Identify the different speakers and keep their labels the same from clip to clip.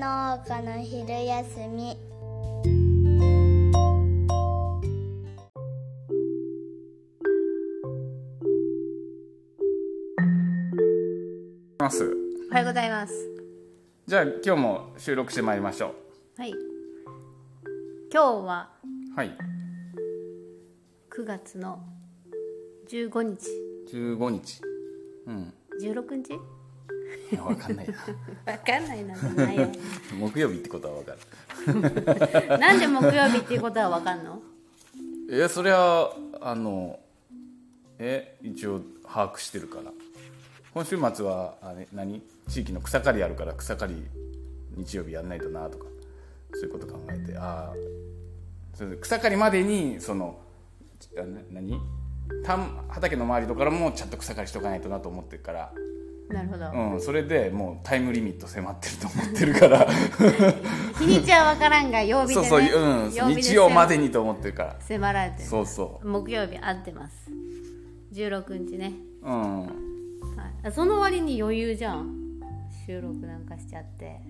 Speaker 1: 農家の昼休み
Speaker 2: ます
Speaker 3: おはようございます。
Speaker 2: じゃあ今日も収録してまいりましょ
Speaker 3: はい。今日は
Speaker 2: うはい
Speaker 3: 9月の15日、
Speaker 2: 15日うん
Speaker 3: 16日？
Speaker 2: いやわかんないな
Speaker 3: わかんない な名前
Speaker 2: 木曜日ってことはわかる
Speaker 3: なんで木曜日っていうことはわかんの？
Speaker 2: えそりゃあのえ一応把握してるから今週末はあれ何地域の草刈りあるから草刈り日曜日やんないとなとかそういうこと考えてああそう草刈りまでにそのちあな何田ん畑の周りとかからもちゃんと草刈りしとかないとなと思ってるから、
Speaker 3: なるほど。
Speaker 2: うん、それでもうタイムリミット迫ってると思ってるから
Speaker 3: 日にちはわからんが曜日で
Speaker 2: そうそう、うん、
Speaker 3: ね。曜日で
Speaker 2: 日曜までにと思ってるから
Speaker 3: 迫られてる。
Speaker 2: そうそ
Speaker 3: 木曜日合ってます。16日ね。
Speaker 2: ううん
Speaker 3: はい。その割に余裕じゃん。収録なんかしちゃって。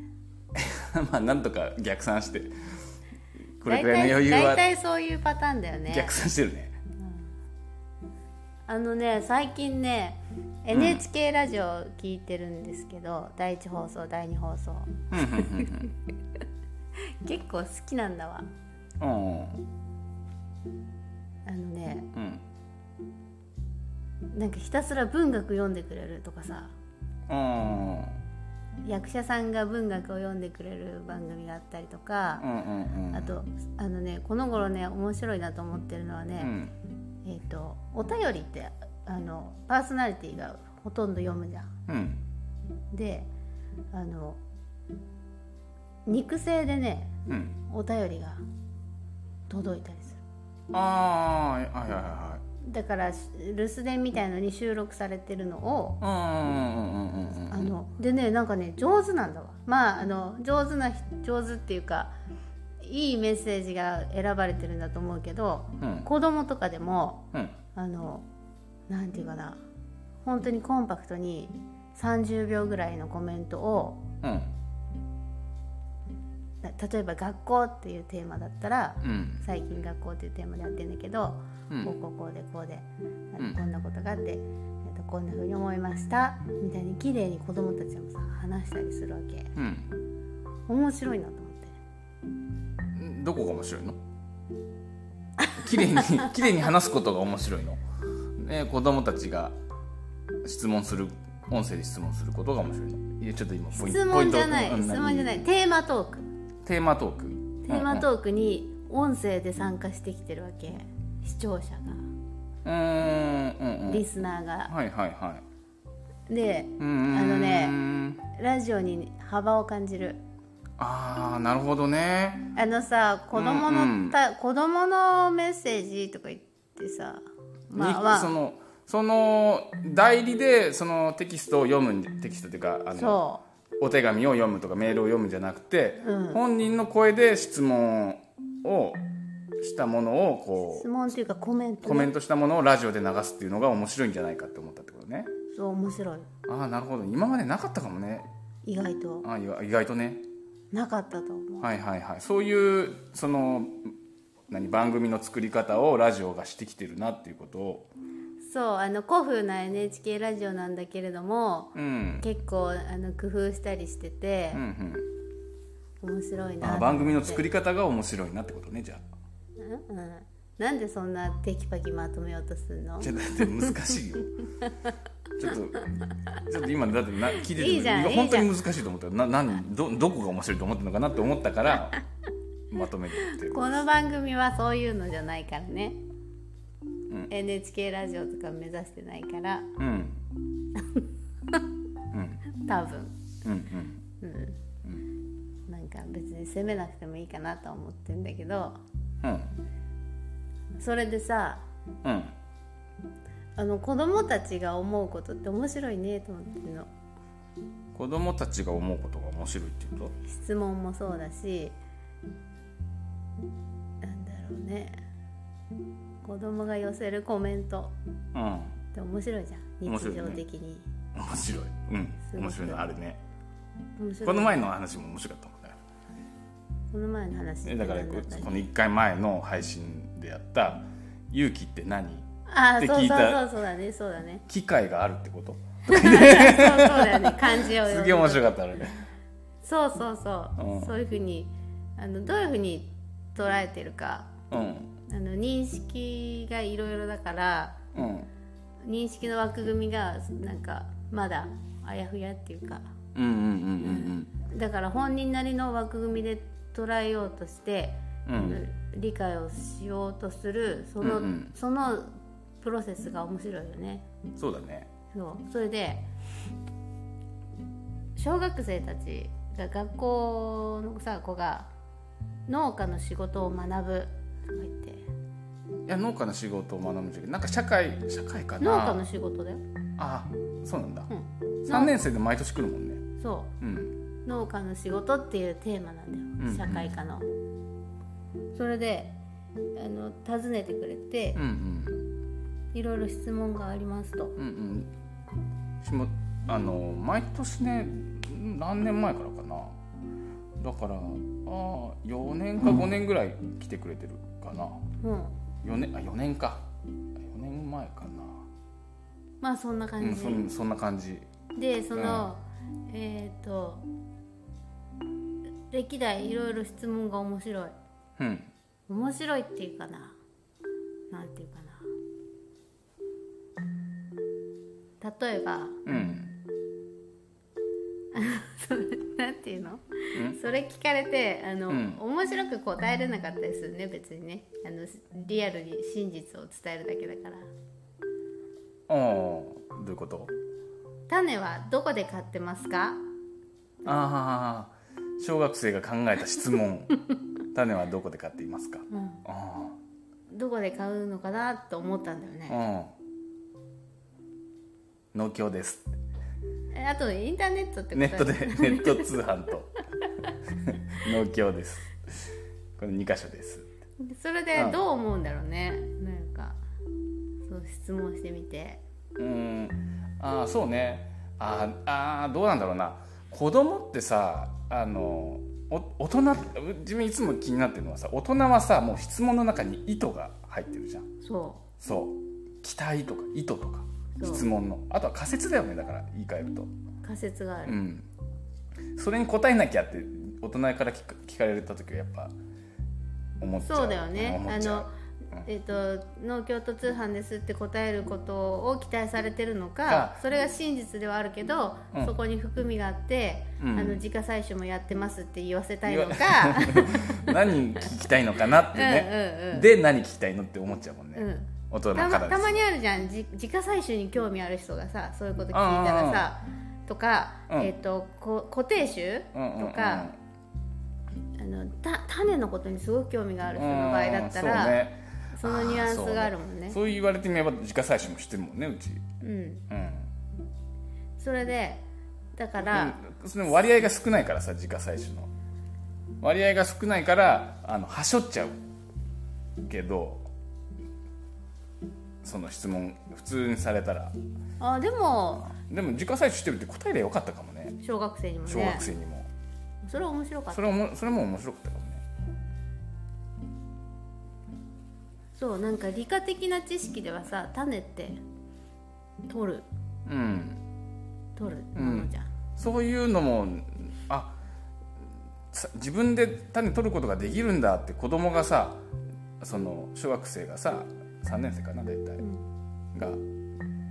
Speaker 2: まあなんとか逆算してこれ
Speaker 3: 大体
Speaker 2: くらいの余裕は
Speaker 3: 大体そういうパターンだよね。
Speaker 2: 逆算してるね
Speaker 3: あのね最近ね NHK ラジオ聞いてるんですけど、第一放送第二放送
Speaker 2: うん
Speaker 3: 結構好きなんだわ
Speaker 2: うん
Speaker 3: あのね
Speaker 2: うん
Speaker 3: なんかひたすら文学読んでくれるとかさ
Speaker 2: うん
Speaker 3: 役者さんが文学を読んでくれる番組があったりとか
Speaker 2: う、んうんうん
Speaker 3: あとあのねこの頃ね面白いなと思ってるのは
Speaker 2: う
Speaker 3: ね、
Speaker 2: ん
Speaker 3: えっ、とお便りってあのパーソナリティがほとんど読むじゃん。
Speaker 2: うん
Speaker 3: であの肉声でね
Speaker 2: うん
Speaker 3: お便りが届いたりする
Speaker 2: あーはいはいは
Speaker 3: だから留守電みたいのに収録されてるのを
Speaker 2: いはいうんうんうんうんうん
Speaker 3: あのでねなんかね上手なんだわまああの上手な上手っていうかいいメッセージが選ばれてるんだと思うけど
Speaker 2: うん
Speaker 3: 子供とかでも
Speaker 2: うん
Speaker 3: あのなんていうかな本当にコンパクトに30秒ぐらいのコメントを
Speaker 2: うん
Speaker 3: な例えば「学校」っていうテーマだったら
Speaker 2: うん
Speaker 3: 最近学校っていうテーマでやってるんだけど
Speaker 2: うん
Speaker 3: こうこうこうでこうで、あ
Speaker 2: うん
Speaker 3: のこんなことがあって、えっとこんな風に思いましたみたいに綺麗に子供たちもさ話したりするわけ
Speaker 2: うん
Speaker 3: 面白いなと思っ
Speaker 2: うんどこが面白いの綺麗に 綺麗に話すことが面白いのね子供たちが質問する音声で質問することが面白いのいやちょっと今ポ
Speaker 3: て
Speaker 2: イン
Speaker 3: 質
Speaker 2: ト
Speaker 3: 問じゃない
Speaker 2: ポイン
Speaker 3: 質
Speaker 2: ト
Speaker 3: 問じゃないテーマトーク
Speaker 2: テーマトーク
Speaker 3: テーマトークに音声で参加してきてるわけ視聴者
Speaker 2: うんうんうんう
Speaker 3: が
Speaker 2: ん
Speaker 3: リスナーが、
Speaker 2: はいはいはい
Speaker 3: で
Speaker 2: うーん
Speaker 3: あのねラジオに幅を感じる
Speaker 2: ああなるほどね
Speaker 3: あのさ子供のた、子供のメッセージとか言ってさまあ
Speaker 2: に
Speaker 3: まあ
Speaker 2: そのその代理でそのテキストを読むんテキストっていうかあの
Speaker 3: そ
Speaker 2: お手紙を読むとかメールを読むんじゃなくて、
Speaker 3: うん
Speaker 2: 本人の声で質問をしたものを
Speaker 3: う
Speaker 2: こ
Speaker 3: 質問っていうかコメン
Speaker 2: う
Speaker 3: トね
Speaker 2: コメントしたものをラジオで流すっていうのが面白いんじゃないかって思ったってことね
Speaker 3: そう面白い
Speaker 2: ああなるほど今までなかったかもね
Speaker 3: 意外と
Speaker 2: あー意外意外とね
Speaker 3: なかったと思う
Speaker 2: はいはいはいそういうその何番組の作り方をラジオがしてきてるなっていうことを
Speaker 3: そうあの古風な NHK ラジオなんだけれども
Speaker 2: うん
Speaker 3: 結構あの工夫したりしてて
Speaker 2: うんう、ん
Speaker 3: 面白いな
Speaker 2: あ番組の作
Speaker 3: り、
Speaker 2: り方が面白いなってことねじゃあ
Speaker 3: うんうん、なんでそんなテキパキまとめようとするの
Speaker 2: じゃあだって難しいよちょっとちょっと今だってな聞いてて
Speaker 3: いいじゃん
Speaker 2: 今本当に難しいと思ったよな何どどこが面白いと思ってるのかなって思ったからまとめるっていう
Speaker 3: この番組はそういうのじゃないからね、
Speaker 2: ん
Speaker 3: NHK ラジオとか目指してないから
Speaker 2: うん
Speaker 3: 多分、
Speaker 2: うんうん
Speaker 3: うんなんか別に責めなくてもいいかなとは思ってんだけど
Speaker 2: うん
Speaker 3: それでさ
Speaker 2: うん
Speaker 3: あの子供たちが思うことって面白いねと思ってるの
Speaker 2: 子供たちが思うことが面白いっていうと
Speaker 3: 質問もそうだしなんだろうね子供が寄せるコメント
Speaker 2: うん
Speaker 3: って面白いじゃん
Speaker 2: 面
Speaker 3: 日
Speaker 2: 白いね
Speaker 3: 常的に、
Speaker 2: 面白いうん面白いのあるね
Speaker 3: 面白い
Speaker 2: この前の話も面白かったもんね
Speaker 3: この前の話
Speaker 2: えだから
Speaker 3: 何
Speaker 2: こ
Speaker 3: だったっけ
Speaker 2: この1回前の配信でやった「勇気って何?っ
Speaker 3: ああ
Speaker 2: て
Speaker 3: そう
Speaker 2: 聞
Speaker 3: そ
Speaker 2: いうた
Speaker 3: そうそうだねそうだね」
Speaker 2: 機会があるってこと
Speaker 3: そうそうだよね漢字を読
Speaker 2: す
Speaker 3: む
Speaker 2: げえ面白かったあれね
Speaker 3: そうそうそう、
Speaker 2: うん
Speaker 3: そういうふうにあのどういうふうに捉えてるか
Speaker 2: うん
Speaker 3: あの認識がいろいろだから
Speaker 2: うん
Speaker 3: 認識の枠組みがなんかまだあやふやっていうか
Speaker 2: うんうんうん
Speaker 3: だから本人なりの枠組みで捉えようとして、
Speaker 2: うんうん
Speaker 3: 理解をしようとするその、
Speaker 2: うんうん
Speaker 3: そのプロセスが面白いよね。
Speaker 2: うんそうだね
Speaker 3: そうそれで小学生たちが学校のさ子が農家の仕事を学ぶとか言って
Speaker 2: いや農家の仕事を学ぶんじゃけどなんか社会社会かな
Speaker 3: 農家の仕事だよ、
Speaker 2: あそうなんだ、
Speaker 3: うん
Speaker 2: 三3年生で毎年来るもんね
Speaker 3: そ
Speaker 2: うん
Speaker 3: う農家の仕事っていうテーマなんだ
Speaker 2: うん
Speaker 3: よ社会科の、それであの訪ねてくれて
Speaker 2: うんうん
Speaker 3: いろいろ質問がありますと
Speaker 2: うんうん私もあの毎年ね何年前からかなだからあ4年か5年ぐらい来てくれてるかな、
Speaker 3: うん
Speaker 2: 4年あ4年か4年前か
Speaker 3: まあそん
Speaker 2: な、
Speaker 3: な
Speaker 2: う
Speaker 3: 感
Speaker 2: ん、
Speaker 3: じ、
Speaker 2: そんそんな感じ
Speaker 3: でその、えっ、と歴代いろいろ質問が面白い
Speaker 2: うん
Speaker 3: 面白いっていうかななんていうかな例えば
Speaker 2: うん
Speaker 3: そのなんていうの
Speaker 2: ん
Speaker 3: それ聞かれてあの、
Speaker 2: うん
Speaker 3: 面白く答えれなかったりするね別にねあのリアルに真実を伝えるだけだから
Speaker 2: ああどういうこと
Speaker 3: 種はどこで買ってますか
Speaker 2: ああ小学生が考えた質問種はどこで買っていますか
Speaker 3: うん
Speaker 2: あ
Speaker 3: どこで買うのかなと思ったんだよね
Speaker 2: あうん農協です
Speaker 3: えあとインターネットって答
Speaker 2: ネ
Speaker 3: え
Speaker 2: ットでネット通販と 農協ですこの2箇所です
Speaker 3: それで
Speaker 2: うん
Speaker 3: どう思うんだろうね、なんかそう質問してみて
Speaker 2: うんああそうねあーあーどうなんだろうな子供ってさあのお大人自分いつも気になってるのはさ大人はさもう質問の中に意図が入ってるじゃん
Speaker 3: そ
Speaker 2: そう期待とか意図とか
Speaker 3: そう
Speaker 2: 質問のあとは仮説だよねだから言い換えると
Speaker 3: う仮説があ
Speaker 2: う
Speaker 3: る、
Speaker 2: んそれに答えなきゃって大人から聞か聞かれた時はやっぱ思っちゃう
Speaker 3: そうだよね
Speaker 2: 思
Speaker 3: あ
Speaker 2: っちゃう
Speaker 3: の、えっと農協と通販ですって答えることを期待されてるのか
Speaker 2: あ
Speaker 3: それが真実ではあるけど、
Speaker 2: うん
Speaker 3: そこに含みがあって、
Speaker 2: うん
Speaker 3: あの自家採取もやってますって言わせたいのか
Speaker 2: 何聞きたいのかなってね、
Speaker 3: うんうんうん
Speaker 2: で何聞きたいのって思っちゃうもんね、
Speaker 3: うん
Speaker 2: 大人か
Speaker 3: た
Speaker 2: らで
Speaker 3: ますたまにあるじゃんじ自家採取に興味ある人がさそういうこと聞いたらさとか、
Speaker 2: うん
Speaker 3: えっとこ固定種
Speaker 2: うんうんうん
Speaker 3: とか、あのた種のことにすごく興味がある人の場合だったら、
Speaker 2: うんそうね
Speaker 3: そのニュアンスがあるもん
Speaker 2: あーそ
Speaker 3: ね
Speaker 2: うそう言われてみれば自家採取もしてるもんねうち
Speaker 3: うん、
Speaker 2: うん
Speaker 3: それでだから、
Speaker 2: うんその割合が少ないからさ自家採取の割合が少ないからあのはしょっちゃうけどその質問普通にされたら
Speaker 3: あでも
Speaker 2: でも自家採取してるって答えりゃよかったかもね
Speaker 3: 小学生にも
Speaker 2: 小学
Speaker 3: ね
Speaker 2: 生にも、
Speaker 3: それは面白かっ
Speaker 2: そ
Speaker 3: た
Speaker 2: れもそれも面白かったかもね
Speaker 3: そうなんか理科的な知識ではさ種って取る
Speaker 2: うん
Speaker 3: 取る
Speaker 2: うん
Speaker 3: ものじゃん、
Speaker 2: そういうのもあさ自分で種取ることができるんだって子供がさその小学生がさ3年生かな大体が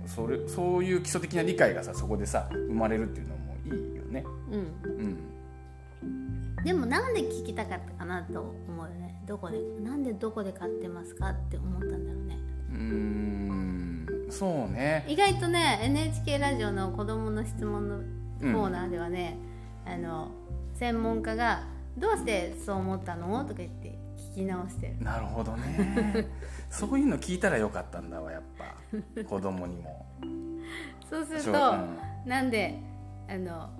Speaker 2: それそういう基礎的な理解がさそこでさ生まれるっていうのもいいよね。
Speaker 3: うん
Speaker 2: うん、
Speaker 3: でもなんで聞きたかったかなと思うよねどこでなんでどこで買ってますかって思ったんだろうね
Speaker 2: うーんそうね。
Speaker 3: 意外とね NHK ラジオの子どもの質問のコーナーではね、あの専門家が「どうしてそう思ったの?」とか言って聞き直してる
Speaker 2: なるほどね。そういうの聞いたらよかったんだわやっぱ子供にも。
Speaker 3: そうする
Speaker 2: そ
Speaker 3: と
Speaker 2: ううん
Speaker 3: なんであの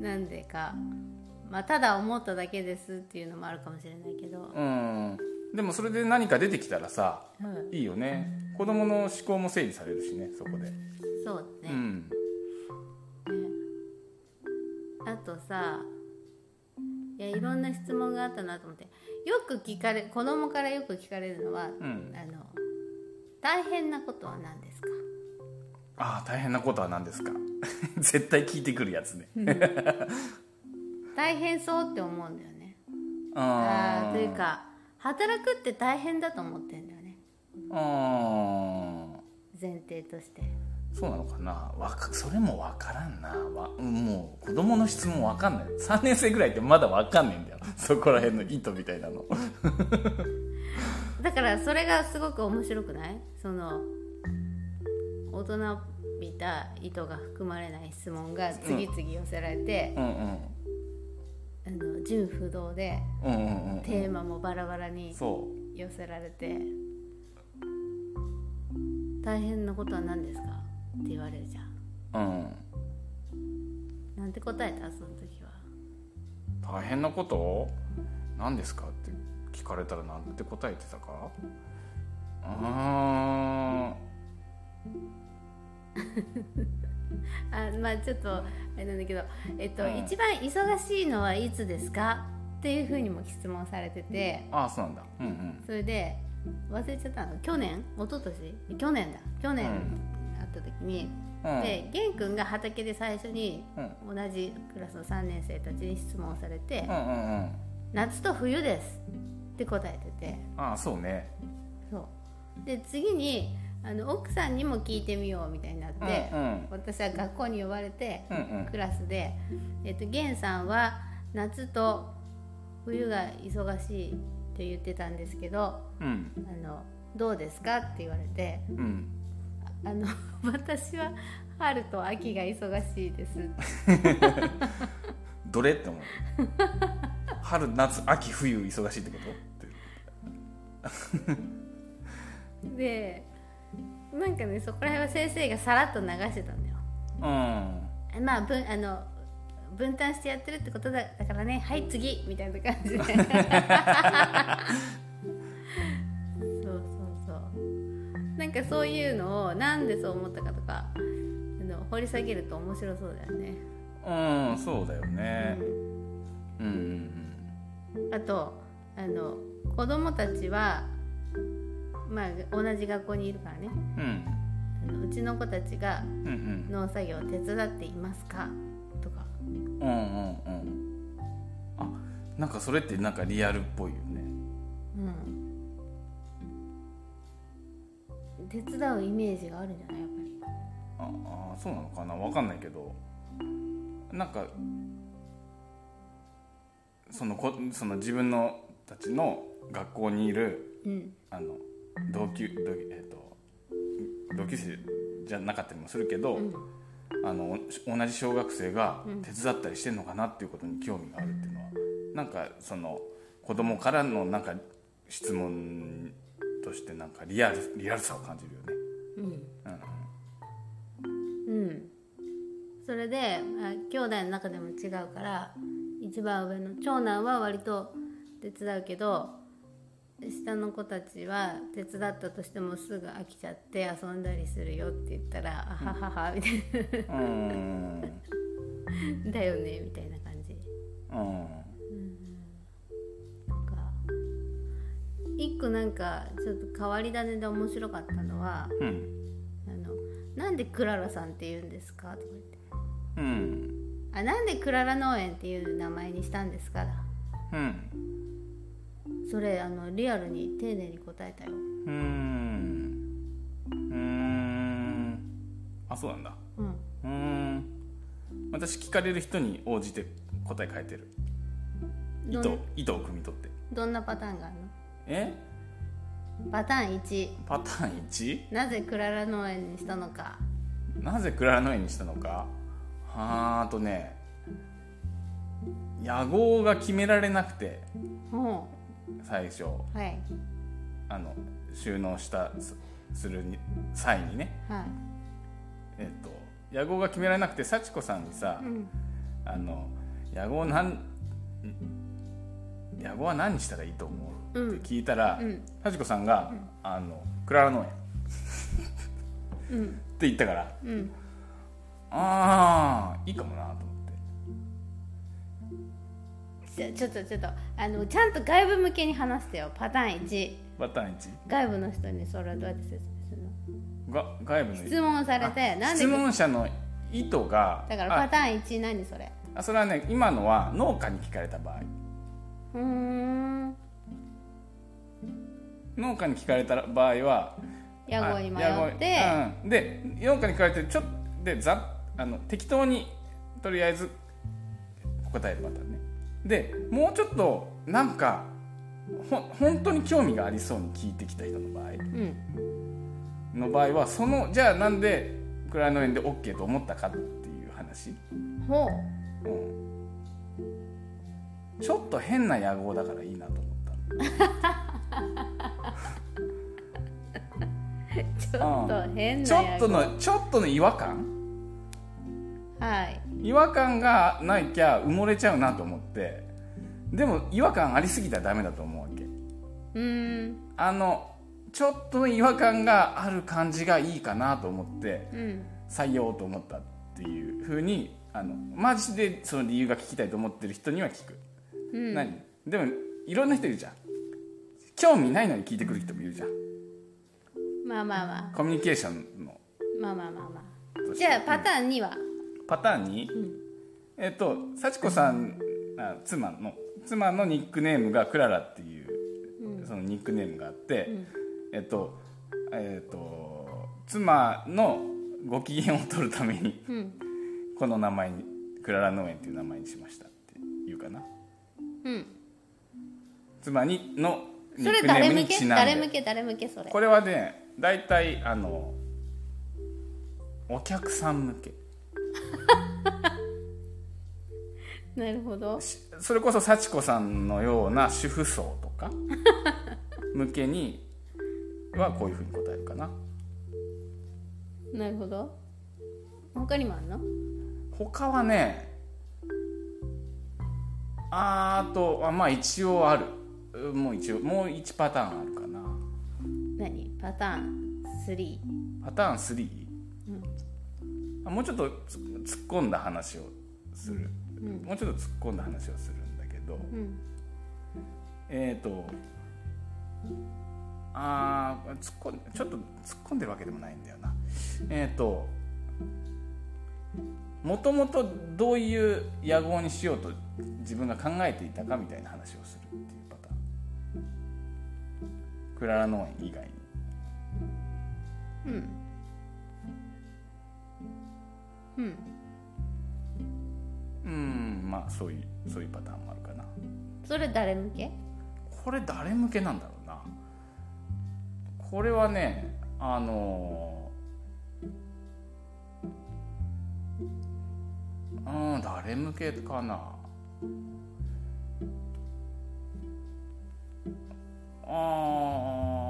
Speaker 3: なんでか、まあ、ただ思っただけですっていうのもあるかもしれないけど、
Speaker 2: うん、でもそれで何か出てきたらさ
Speaker 3: うん
Speaker 2: いいよね子供の思考も整理されるしねそこで、
Speaker 3: そう
Speaker 2: う
Speaker 3: だね、
Speaker 2: ん、
Speaker 3: あとさいやいろんな質問があったなと思ってよく聞かれ子供からよく聞かれるのは、
Speaker 2: ん
Speaker 3: あの大変なことは何ですか
Speaker 2: ああ大変なことは何ですか 絶対聞いてくるやつね
Speaker 3: 大変そうって思うんだよね
Speaker 2: あ
Speaker 3: あーというか働くって大変だと思ってんだよね
Speaker 2: あ
Speaker 3: 前提として
Speaker 2: そうなのかなわかそれも分からんなわもう子供の質問分かんない3年生ぐらいってまだ分かんないんだよそこら辺の意図みたいなの
Speaker 3: だからそれがすごく面白くないその大人びた意図が含まれない質問が次々寄せられて、
Speaker 2: うんうん
Speaker 3: あの純不動で
Speaker 2: うんうんうん
Speaker 3: テーマもバラバラに
Speaker 2: そ
Speaker 3: 寄せられて「大変なことは何ですか?」って言われるじゃん。
Speaker 2: ううん
Speaker 3: なんて答えたその時は。
Speaker 2: 大変なこと何ですかって聞かれたらなんて答えてたかうーん
Speaker 3: あまあちょっとあれなんだけど、えっと
Speaker 2: うん
Speaker 3: 一番忙しいのはいつですかっていうふうにも質問されてて
Speaker 2: ああそうなんだうんうん
Speaker 3: それで忘れちゃったの去年一昨年去年だ去年会った時に、
Speaker 2: うん
Speaker 3: で玄君が畑で最初に
Speaker 2: うん
Speaker 3: 同じクラスの3年生たちに質問されて
Speaker 2: うんうんうん
Speaker 3: 「夏と冬です」って答えてて
Speaker 2: ああそうね
Speaker 3: そうで次にあの奥さんにも聞いてみようみたいになって、
Speaker 2: うんうん
Speaker 3: 私は学校に呼ばれて。
Speaker 2: うんうん
Speaker 3: クラスで、えっと、ゲンさんは夏と冬が忙しいって言ってたんですけどあ
Speaker 2: うん
Speaker 3: のどうですかって言われて
Speaker 2: うん
Speaker 3: あの 私は春と秋が忙しいです
Speaker 2: どれって思う春夏秋冬忙しいってことって
Speaker 3: でなんかねそこら辺は先生がさらっと流してたんだよ
Speaker 2: うん
Speaker 3: まあ分あの分担してやってるってことだだからねはい次みたいな感じでそうそうそうなんかそういうのをなんでそう思ったかとかあの掘り下げると面白そうだよね、
Speaker 2: うんそうだよねうん
Speaker 3: あとあの子供たちはまあ同じ学校にいるからね
Speaker 2: うんうん
Speaker 3: あのうちの子たちが
Speaker 2: うんうん
Speaker 3: 農作業を手伝っていますかとか
Speaker 2: うんうんうんうんあなんかそれってなんかリアルっぽいよね
Speaker 3: うん手伝うイメージがあるんじゃないやっぱ
Speaker 2: ああそうなのかなわかんないけどなんかそのこその自分のたちの学校にいる
Speaker 3: りうん
Speaker 2: あの同級同,、えっと同級生じゃなかったりもするけど、
Speaker 3: うん
Speaker 2: あの同じ小学生が
Speaker 3: うん
Speaker 2: 手伝ったりしてるのかなっていうことに興味があるっていうのは、なんかその子供からのなんか質問としてなんかリアルリアルさを感じるよね。
Speaker 3: うん、うん、それであ兄弟の中でも違うから一番上の長男は割と手伝うけど下の子たちは手伝ったとしてもすぐ飽きちゃって遊んだりするよって言ったら「あははは」みた い
Speaker 2: うんうん
Speaker 3: な「だよね」みたいな感じ。
Speaker 2: うん
Speaker 3: なんか一個なんかちょっと変わり種で面白かったのは
Speaker 2: うん
Speaker 3: 「あのなんでクララさんって言うんですか?」とか言って
Speaker 2: うん
Speaker 3: 「あなんでクララ農園っていう名前にしたんですか?」だ
Speaker 2: うん
Speaker 3: それあのリアルに丁寧に答えたよ、うん、
Speaker 2: うんうんあそうなんだうん私聞かれる人に応じて答え変えてる意
Speaker 3: ど
Speaker 2: 図
Speaker 3: ん
Speaker 2: 意図を汲み取って
Speaker 3: どんなパターンがあるの
Speaker 2: え
Speaker 3: パターン1
Speaker 2: パターン 1?
Speaker 3: なぜクララ農園にしたのか
Speaker 2: なぜクララの絵にしたのかはーとね野号が決められなくて
Speaker 3: ほ
Speaker 2: 最初
Speaker 3: うはい
Speaker 2: あの収納したすするに際にね
Speaker 3: はい
Speaker 2: えっと野号が決められなくて幸子さんにさ、
Speaker 3: うん
Speaker 2: あの野号なんん野号は何にしたらいいと思う、
Speaker 3: うん
Speaker 2: って聞いたら、
Speaker 3: うん
Speaker 2: 幸子さんが、あのクララ農園っ
Speaker 3: うん
Speaker 2: て言ったから
Speaker 3: うん
Speaker 2: ああいいかもなと思って
Speaker 3: じゃちょっとちょっとあのちゃんと外部向けに話してよパターン1
Speaker 2: パターン1
Speaker 3: 外部の人にそれはどうやって説明するの
Speaker 2: が外部の
Speaker 3: 質問されて
Speaker 2: あ
Speaker 3: なんで
Speaker 2: 質問者の意図が
Speaker 3: だからパタ
Speaker 2: あ
Speaker 3: ーン1何それ
Speaker 2: あそれはね今のは農家に聞かれた場合
Speaker 3: うーん
Speaker 2: 農家に聞かれた場合は
Speaker 3: 屋号に迷って
Speaker 2: あ屋号うんで農家に聞かれてちょっでざあの適当にとりあえず答えるパターンねでもうちょっとなんかほ本当に興味がありそうに聞いてきた人の場合
Speaker 3: うん
Speaker 2: の場合はそのじゃあなんでクライノ園で OK と思ったかっていう話、
Speaker 3: ほう
Speaker 2: うん、ちょっと変な野号だからいいなと思ったの
Speaker 3: ちょっと変
Speaker 2: ち
Speaker 3: な
Speaker 2: ょ
Speaker 3: 屋
Speaker 2: っ
Speaker 3: 号
Speaker 2: とのちょっとの違和感
Speaker 3: はい
Speaker 2: 違和感がないきゃ埋もれちゃうなと思ってでも違和感ありすぎたらダメだと思うわけ
Speaker 3: うーん
Speaker 2: あのちょっとの違和感がある感じがいいかなと思って
Speaker 3: うん
Speaker 2: 採用と思ったっていうふうにあのマジでその理由が聞きたいと思ってる人には聞く、
Speaker 3: うん
Speaker 2: 何でもいろんな人いるじゃん興味ないのに聞いてくる人もいるじゃん
Speaker 3: まあまあまあ
Speaker 2: コミュニケーションの
Speaker 3: まあまあまあまあじゃあパターン2は
Speaker 2: パターンに、えっと幸子さんあ妻の妻のニックネームがクララっていう、そのニックネームがあって、えっとえっと妻のご機嫌を取るために
Speaker 3: うん
Speaker 2: この名前にクララ農園っていう名前にしましたって言うかな
Speaker 3: うん
Speaker 2: 妻にのニ
Speaker 3: そ
Speaker 2: ッ
Speaker 3: れ
Speaker 2: クネーム
Speaker 3: 誰向
Speaker 2: に
Speaker 3: け
Speaker 2: ちなんで
Speaker 3: 誰向け誰向けそれ
Speaker 2: これはね大体あのお客さん向け
Speaker 3: なるほど
Speaker 2: しそれこそ幸子さんのような主婦層とか向けにはこういうふうに答えるかな
Speaker 3: なるほど他にもあんの
Speaker 2: 他はねあーあとあまあ一応あるうんもう一応もう1パターンあるかな
Speaker 3: 何パターン3
Speaker 2: パターン3、あもうちょっとつ突っ込んだ話をする、もうちょっと突っ込んだ話をするんだけど、
Speaker 3: ん
Speaker 2: えっ、とあー突っ込んちょっと突っ込んでるわけでもないんだよなえっ、ともともとどういう野望にしようと自分が考えていたかみたいな話をするっていうパターンクララ農園以外にうんまあそういうそういうパターンもあるかな
Speaker 3: それ誰向け
Speaker 2: これ誰向けなんだろうなこれはねあのーうん誰向けかなあ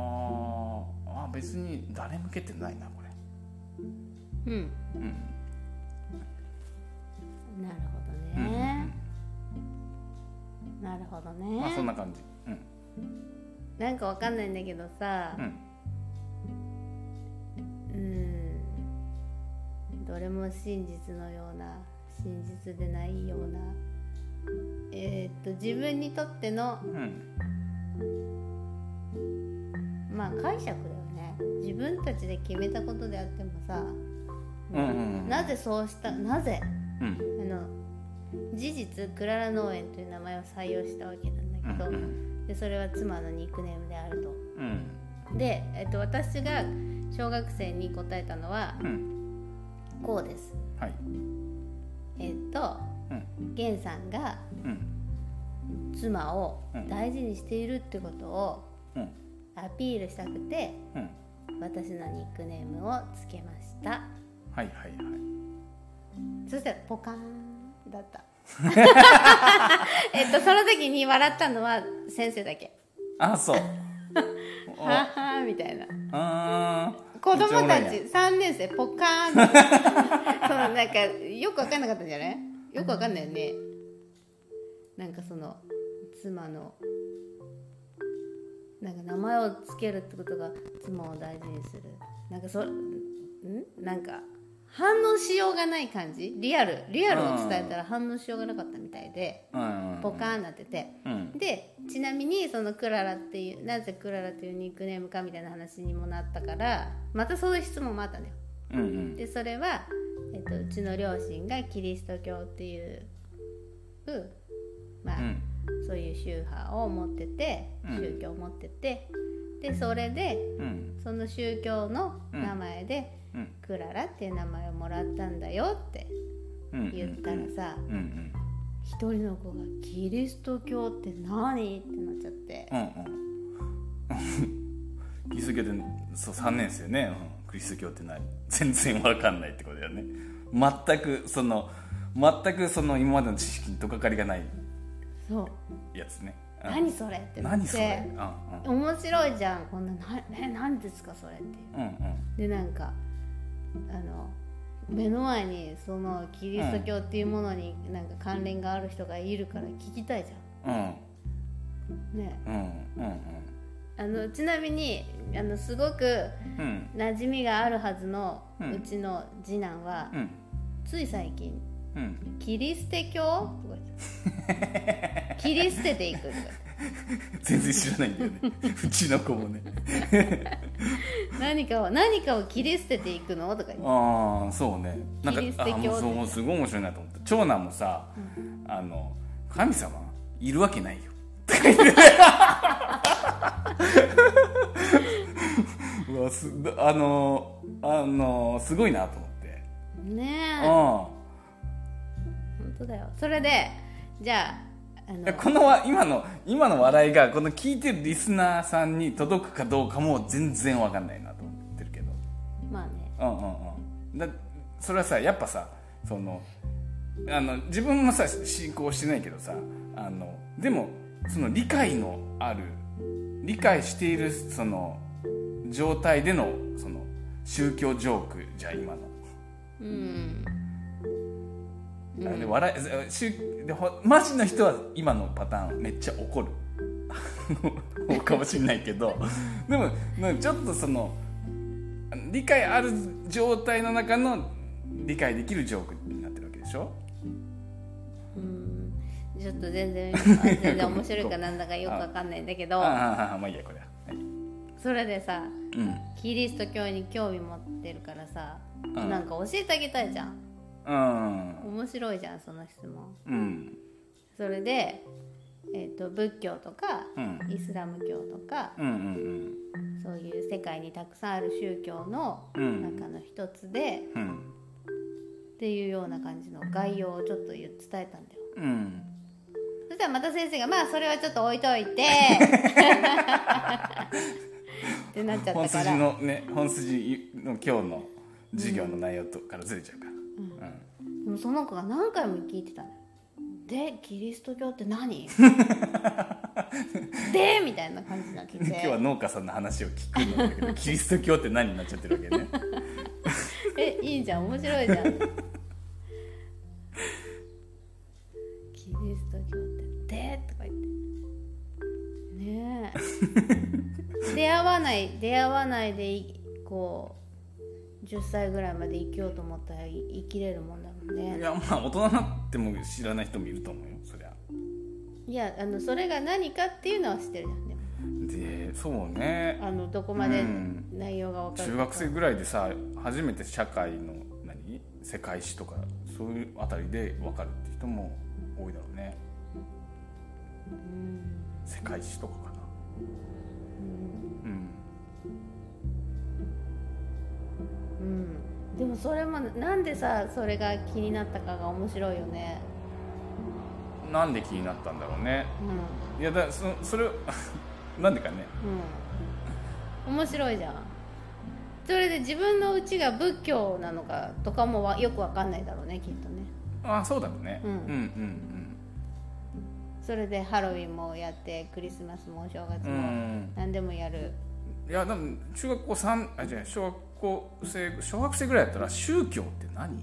Speaker 2: ーあ別に誰向けってないなこれ
Speaker 3: う
Speaker 2: う
Speaker 3: ん
Speaker 2: ん
Speaker 3: なる
Speaker 2: うん、
Speaker 3: ほどね、なるほどね、
Speaker 2: まあそんな感じうん
Speaker 3: なんかわかんないんだけどさ
Speaker 2: うん
Speaker 3: うんどれも真実のような真実でないようなえーっと自分にとっての
Speaker 2: うん
Speaker 3: まあ解釈だよね自分たちで決めたことであってもさ
Speaker 2: うんうん
Speaker 3: なぜそうしたなぜ
Speaker 2: うん
Speaker 3: あの事実クララ農園という名前を採用したわけな
Speaker 2: うんん
Speaker 3: だ
Speaker 2: う
Speaker 3: けど、
Speaker 2: ん
Speaker 3: でそれは妻のニックネームであると
Speaker 2: うん
Speaker 3: で、えっと、私が小学生に答えたのは
Speaker 2: うん
Speaker 3: こうです
Speaker 2: はい
Speaker 3: えっと
Speaker 2: うん
Speaker 3: 源さんが
Speaker 2: うん
Speaker 3: 妻を
Speaker 2: うん
Speaker 3: 大事にしているってことを
Speaker 2: うん
Speaker 3: アピールしたくて
Speaker 2: うん
Speaker 3: 私のニックネームをつけました
Speaker 2: はいはいはい
Speaker 3: そしたらポカーンだった えっとその時に笑ったのは先生だけ
Speaker 2: あそうお
Speaker 3: はあはあみたいな
Speaker 2: あー
Speaker 3: 子供た
Speaker 2: めっ
Speaker 3: ち
Speaker 2: ゃ
Speaker 3: 3年生ポカーンって そのなんかよく分かんなかったんじゃないよく分かんないよねなんかその妻のなんか名前をつけるってことが妻を大事にするなんかそんなんか反応しようがない感じリアルリアルを伝えたら反応しようがなかったみたいで
Speaker 2: おもろいね
Speaker 3: ポカーンなってて、
Speaker 2: うん
Speaker 3: でちなみにそのクララっていうなぜクララというニックネームかみたいな話にもなったからまたそういう質問もあったんだよ
Speaker 2: うんうん
Speaker 3: でそれは、えっと、うちの両親がキリスト教っていう、うんまあ
Speaker 2: うん
Speaker 3: そういう宗派を持ってて
Speaker 2: うん
Speaker 3: 宗教を持ってて、でそれで
Speaker 2: うん
Speaker 3: その宗教の
Speaker 2: うん
Speaker 3: 名前で、
Speaker 2: うん
Speaker 3: クララっていう名前をもらったんだよって
Speaker 2: うん
Speaker 3: 言ったらさ、
Speaker 2: うんうん
Speaker 3: 一人の子が「キリスト教って何?」ってなっちゃって
Speaker 2: うんうんキリスト教ってそう3年生ね、うん、クリスト教って何全然わかんないってことだよね全くその全くその今までの知識にとっかかりがない
Speaker 3: そう
Speaker 2: やつね、
Speaker 3: 「
Speaker 2: うん
Speaker 3: 何それ?」ってなっ
Speaker 2: 何それ
Speaker 3: て
Speaker 2: うん
Speaker 3: 「面白いじゃんこんななえ何ですかそれ」っていう
Speaker 2: うんうん
Speaker 3: でなんかあの目の前にそのキリスト教っていうものになんか関連がある人がいるから聞きたいじゃ
Speaker 2: うんうん
Speaker 3: ん。ね、
Speaker 2: うんうん
Speaker 3: あのちなみにあのすごく
Speaker 2: うんうん
Speaker 3: 馴染みがあるはずの
Speaker 2: うん
Speaker 3: うちの次男は、
Speaker 2: うん
Speaker 3: つい最近
Speaker 2: うん
Speaker 3: 「キリステ 教?」とか言って「切り捨てていく」とか言って
Speaker 2: 全然知らないんだ よねうちの子もね
Speaker 3: 何かを何かを切り捨てていくのとか言って
Speaker 2: ああそうねなんか
Speaker 3: キリスト教
Speaker 2: あもうそうもうすごい面白いなと思った長男もさ、あの神様いるわけない よとか言ってうわすあのあのすごいなと思って
Speaker 3: ねえ本
Speaker 2: う
Speaker 3: 当だよそれでじゃああ
Speaker 2: んいや
Speaker 3: の
Speaker 2: このわ今の今の笑いがこの聞いてるリスナーさんに届くかどうかも全然わかんないなと思ってるけど
Speaker 3: まあね
Speaker 2: うんうんうんだそれはさやっぱさそのあの自分もさ信仰してないけどさあのでもその理解のある理解しているその状態でのその宗教ジョークじゃん今の。
Speaker 3: うん
Speaker 2: あで笑いえ宗でほマジの人は今のパターンめっちゃ怒るかもしれないけどでもなんかちょっとその理解ある状態の中の理解できるジョークになってるわけでしょ
Speaker 3: うんちょっと全然全然面白いかなんだかよくわかんないんだけど
Speaker 2: ああああまあいいやこれは、はい、
Speaker 3: それでさ
Speaker 2: うん
Speaker 3: キリスト教に興味持ってるからさ、
Speaker 2: ん
Speaker 3: なんか教えてあげたいじゃん
Speaker 2: うん
Speaker 3: 面白いじゃんその質問
Speaker 2: うん
Speaker 3: それで、えー、と仏教とか、
Speaker 2: うん
Speaker 3: イスラム教とか、
Speaker 2: うんうん
Speaker 3: そういう世界にたくさんある宗教の
Speaker 2: うん
Speaker 3: 中の一つで、
Speaker 2: うんうん
Speaker 3: っていうような感じの概要をちょっと言う伝えたんだよ
Speaker 2: うん
Speaker 3: そしたらまた先生が「まあそれはちょっと置い といて」ってなっちゃった
Speaker 2: 本
Speaker 3: か
Speaker 2: 筋
Speaker 3: ら
Speaker 2: のね本筋の今日の授業の内容とからずれちゃうから、うん
Speaker 3: でもその子が何回も聞いてたのよでキリスト教って 何でみたいな感じになってて
Speaker 2: 今日は農家さんの話を聞くんだけ どキリスト教って何になっちゃってるわけね
Speaker 3: えいいじゃん面白いじゃんキリスト教ってでとか言ってねえ出会わない出会わないでいこう10歳ぐらいまで生きようと思ったらい生きれるもんだもん
Speaker 2: い
Speaker 3: ね
Speaker 2: やまあ大人になっても知らない人もいると思うよそりゃ
Speaker 3: いやあのそれが何かっていうのは知ってるじゃんでも
Speaker 2: でそうね
Speaker 3: あのどこまで
Speaker 2: うん
Speaker 3: 内容が分かる
Speaker 2: 中
Speaker 3: か
Speaker 2: 学生ぐらいでさ初めて社会の何世界史とかそういうあたりで分かるって人も多いだろうね世界史とかかなうん
Speaker 3: うんでもそれもなんでさそれが気になったかが面白いよね
Speaker 2: なんで気になったんだろうね
Speaker 3: うん
Speaker 2: いやだそそれ なんでかね
Speaker 3: うん、面白いじゃんそれで自分のうちが仏教なのかとかもわよくわかんないだろうねきっとね
Speaker 2: あそうだろうね、
Speaker 3: うん
Speaker 2: うんうん
Speaker 3: それでハロウィンもやってクリスマスもお正月
Speaker 2: うんう
Speaker 3: も
Speaker 2: ん
Speaker 3: 何でもやる、
Speaker 2: いやでも中学校三あじゃあ小学校生小学生ぐらいだったら宗教って何っ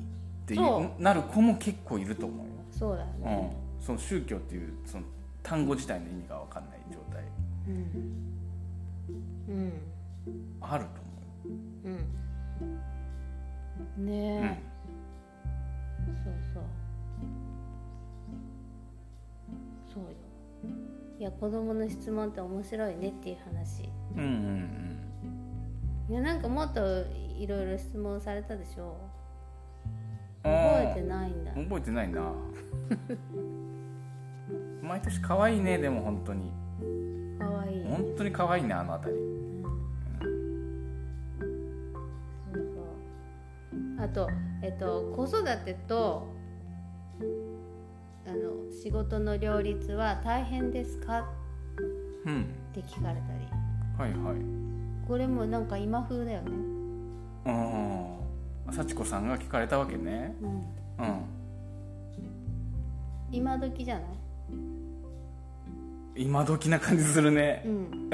Speaker 2: てい
Speaker 3: そう
Speaker 2: なる子も結構いると思うよ、
Speaker 3: そうだよね、
Speaker 2: うん、その宗教っていうその単語自体の意味が分かんない状態
Speaker 3: うんうん
Speaker 2: あると
Speaker 3: うん
Speaker 2: 思う、
Speaker 3: ねえ、そうそういや子供の質問って面白いねっていう話い
Speaker 2: うんうん
Speaker 3: やなんかもっといろいろ質問されたでしょ
Speaker 2: うん
Speaker 3: 覚えてないんだ
Speaker 2: うん覚えてないな 毎年可愛いねでも本当に
Speaker 3: かわいい、
Speaker 2: 本当に可愛いねあの辺り
Speaker 3: うんそうそうあとえっと子育てとあの仕事の両立は大変ですか
Speaker 2: うん
Speaker 3: って聞かれたり
Speaker 2: はいはい
Speaker 3: これもなんか今風だよね、
Speaker 2: うん幸子さんが聞かれたわけね
Speaker 3: う
Speaker 2: う
Speaker 3: ん、
Speaker 2: ん
Speaker 3: 今時じゃない
Speaker 2: 今時な感じするね
Speaker 3: う、ん、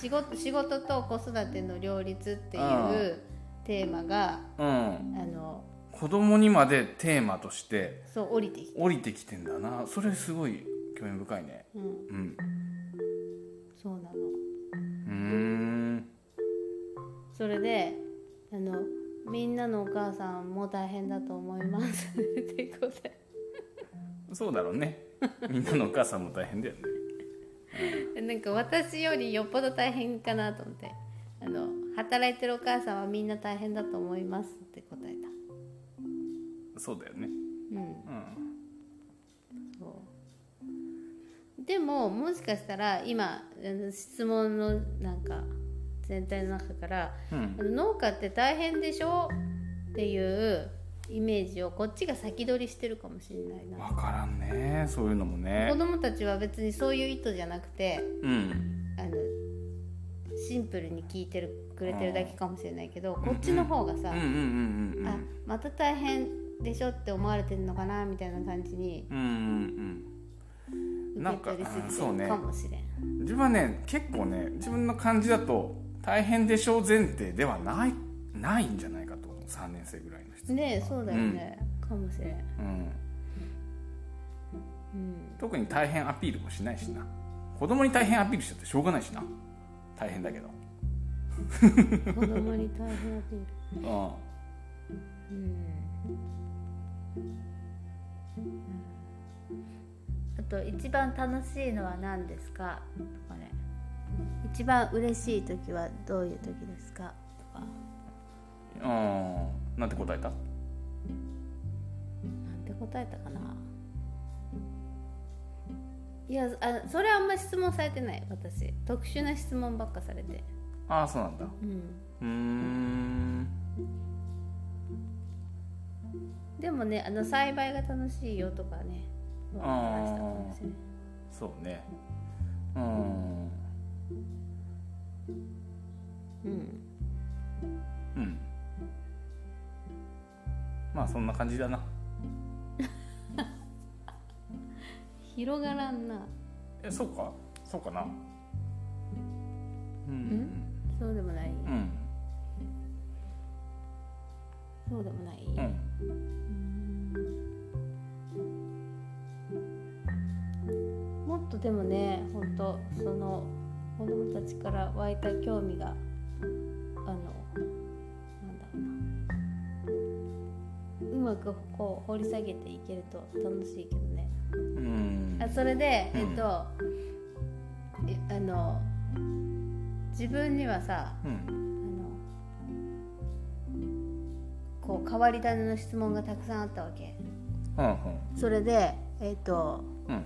Speaker 3: 仕事仕事と子育ての両立ってい
Speaker 2: ああ
Speaker 3: うテーマが
Speaker 2: うん、
Speaker 3: あの
Speaker 2: 子供にまでテーマとして
Speaker 3: そう降りてきて、
Speaker 2: 降りてきてんだなそれすごい興味深いね
Speaker 3: うん、
Speaker 2: うん
Speaker 3: そうなの
Speaker 2: うーん
Speaker 3: それであの「みんなのお母さんも大変だと思い ます」っていうこと
Speaker 2: そうだろうね みんなのお母さんも大変だよね
Speaker 3: でなんか私よりよっぽど大変かなと思ってあの「働いてるお母さんはみんな大変だと思います」って答えた
Speaker 2: そうだよね
Speaker 3: う
Speaker 2: う
Speaker 3: ん
Speaker 2: ん
Speaker 3: そうでももしかしたら今あの質問のなんか全体の中から
Speaker 2: う
Speaker 3: 「
Speaker 2: ん
Speaker 3: あの農家って大変でしょ?」っていうイメージをこっちが先取りしてるかもしれないな
Speaker 2: 分からんねそういうのもね
Speaker 3: 子供たちは別にそういう意図じゃなくて
Speaker 2: うん
Speaker 3: あのシンプルに聞いてるくれてるだけかもしれないけどこっちの方が
Speaker 2: う
Speaker 3: さ
Speaker 2: んうんうんうん
Speaker 3: 「あまた大変でしょ?」って思われてるのかなみたいな感じに
Speaker 2: うんうんな
Speaker 3: 受け取りす
Speaker 2: んかうん
Speaker 3: ぎて
Speaker 2: そうね
Speaker 3: るかもしれん。
Speaker 2: うん自分はね結構ね自分の感じだと大変でしょう前提ではないないんじゃないかと思う3年生ぐらいの人
Speaker 3: ねそうだよね、かもしれん、
Speaker 2: うん
Speaker 3: うん、
Speaker 2: 特に大変アピールもしないしな子供に大変アピールしちゃってしょうがないしな大変だけど
Speaker 3: 子供に大変アピール
Speaker 2: うん
Speaker 3: あと一番楽しいのは何ですかとかね一番嬉しい時はどういう時ですかとか
Speaker 2: うんなんて答えた
Speaker 3: なんて答えたかないやあそれあんま質問されてない私特殊な質問ばっかされて
Speaker 2: ああそうなんだ
Speaker 3: うん
Speaker 2: うーん
Speaker 3: でもねあの栽培が楽しいよとかねは話したかもしれない
Speaker 2: そうねうん
Speaker 3: うん
Speaker 2: うんまあそんな感じだな
Speaker 3: 広がらんな
Speaker 2: えそうかそうかなうん
Speaker 3: そうでもない、
Speaker 2: うん
Speaker 3: そうでもない、
Speaker 2: うん、うん
Speaker 3: もっとでもね本当その子供たちから湧いた興味があのなんだろうなうまくこう掘り下げていけると楽しいけどね
Speaker 2: うん
Speaker 3: あそれで、
Speaker 2: うん
Speaker 3: えっとえあの自分にはさ
Speaker 2: うん
Speaker 3: あのこう変わり種の質問がたくさんあったわけ
Speaker 2: うん
Speaker 3: それでえっ、と
Speaker 2: うんうん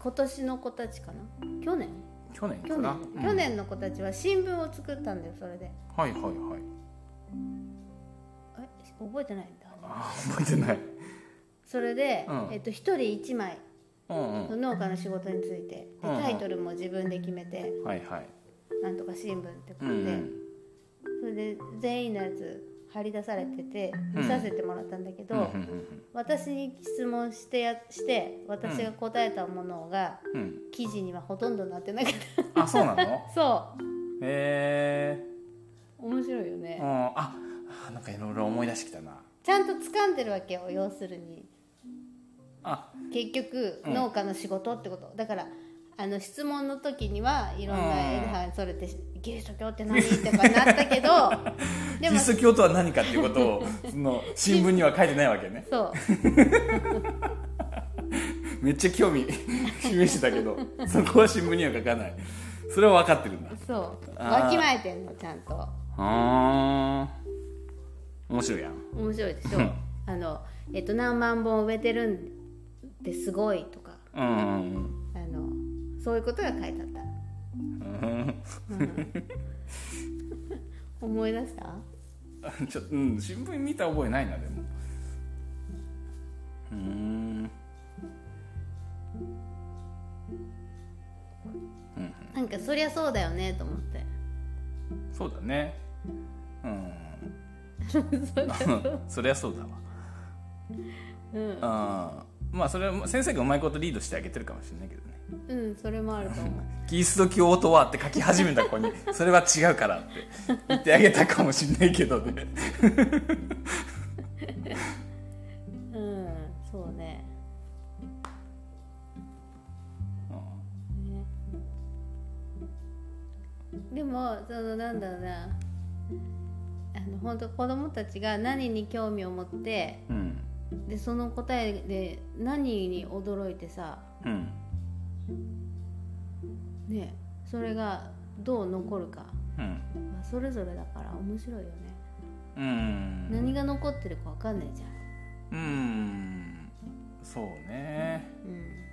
Speaker 3: 今年の子たちかな去年
Speaker 2: 去年か
Speaker 3: 去
Speaker 2: な
Speaker 3: 年、
Speaker 2: うん
Speaker 3: 去年の子たちは新聞を作ったんだよそれで
Speaker 2: はいはいはい
Speaker 3: え覚えてないんだ
Speaker 2: あー覚えてない
Speaker 3: それで、
Speaker 2: うん
Speaker 3: えっと、1人1枚
Speaker 2: うんうん
Speaker 3: 農家の仕事についてで
Speaker 2: うんうん
Speaker 3: タイトルも自分で決めて
Speaker 2: はいはい
Speaker 3: 「なんとか新聞」ってこ
Speaker 2: う
Speaker 3: と
Speaker 2: ん
Speaker 3: で、
Speaker 2: うん
Speaker 3: それで全員のやつ貼り出されてて
Speaker 2: うん
Speaker 3: 見させてもらったんだけど、
Speaker 2: うんうん
Speaker 3: 私に質問してやして私が答えたものが
Speaker 2: うんうん
Speaker 3: 記事にはほとんどなってなかっ
Speaker 2: あそうなのへ
Speaker 3: たそ
Speaker 2: え
Speaker 3: う面白いよね
Speaker 2: うんああなんかいろいろ思い出してきたな
Speaker 3: ちゃんと掴んでるわけよ要するに
Speaker 2: あ
Speaker 3: 結局
Speaker 2: うん
Speaker 3: 農家の仕事ってこと、だからあの質問の時にはいろんな絵
Speaker 2: うん
Speaker 3: はいそれてキリスト教って何とかなったけど
Speaker 2: キ
Speaker 3: で
Speaker 2: リ
Speaker 3: も
Speaker 2: スト教とは何かっていうこ とをその新聞には書いてないわけね
Speaker 3: そう
Speaker 2: めっちゃ興味 示してたけどそこは新聞には書かないそれは分かってるんだ
Speaker 3: そう
Speaker 2: あー
Speaker 3: わきまえてんのちゃんと
Speaker 2: あー面白いやん
Speaker 3: 面白いでしょあの、えっと、何万本植えてるんってすごいとか
Speaker 2: うんうん
Speaker 3: あのそういうことが書いてあった
Speaker 2: うん
Speaker 3: 思い出した
Speaker 2: うんちょうん新聞見た覚えないなでもうーん
Speaker 3: なんかそりゃそうだよねと思って
Speaker 2: そうだねうん
Speaker 3: そうだ
Speaker 2: そりゃそうだわ
Speaker 3: うん、
Speaker 2: あーまあそれは先生がうまいことリードしてあげてるかもしれないけどね
Speaker 3: うん、それもあると思う
Speaker 2: キリスト教とはって書き始めた子にそれは違うからって言ってあげたかもしんないけどね
Speaker 3: うんそうねねでもそのなんだろうなあの本当子供たちが何に興味を持って
Speaker 2: うん
Speaker 3: でその答えで何に驚いてさ
Speaker 2: うん
Speaker 3: ねそれがどう残るか、
Speaker 2: うん
Speaker 3: まあ、それぞれだから面白いよね
Speaker 2: うん
Speaker 3: 何が残ってるか分かんないじゃん
Speaker 2: うんそうね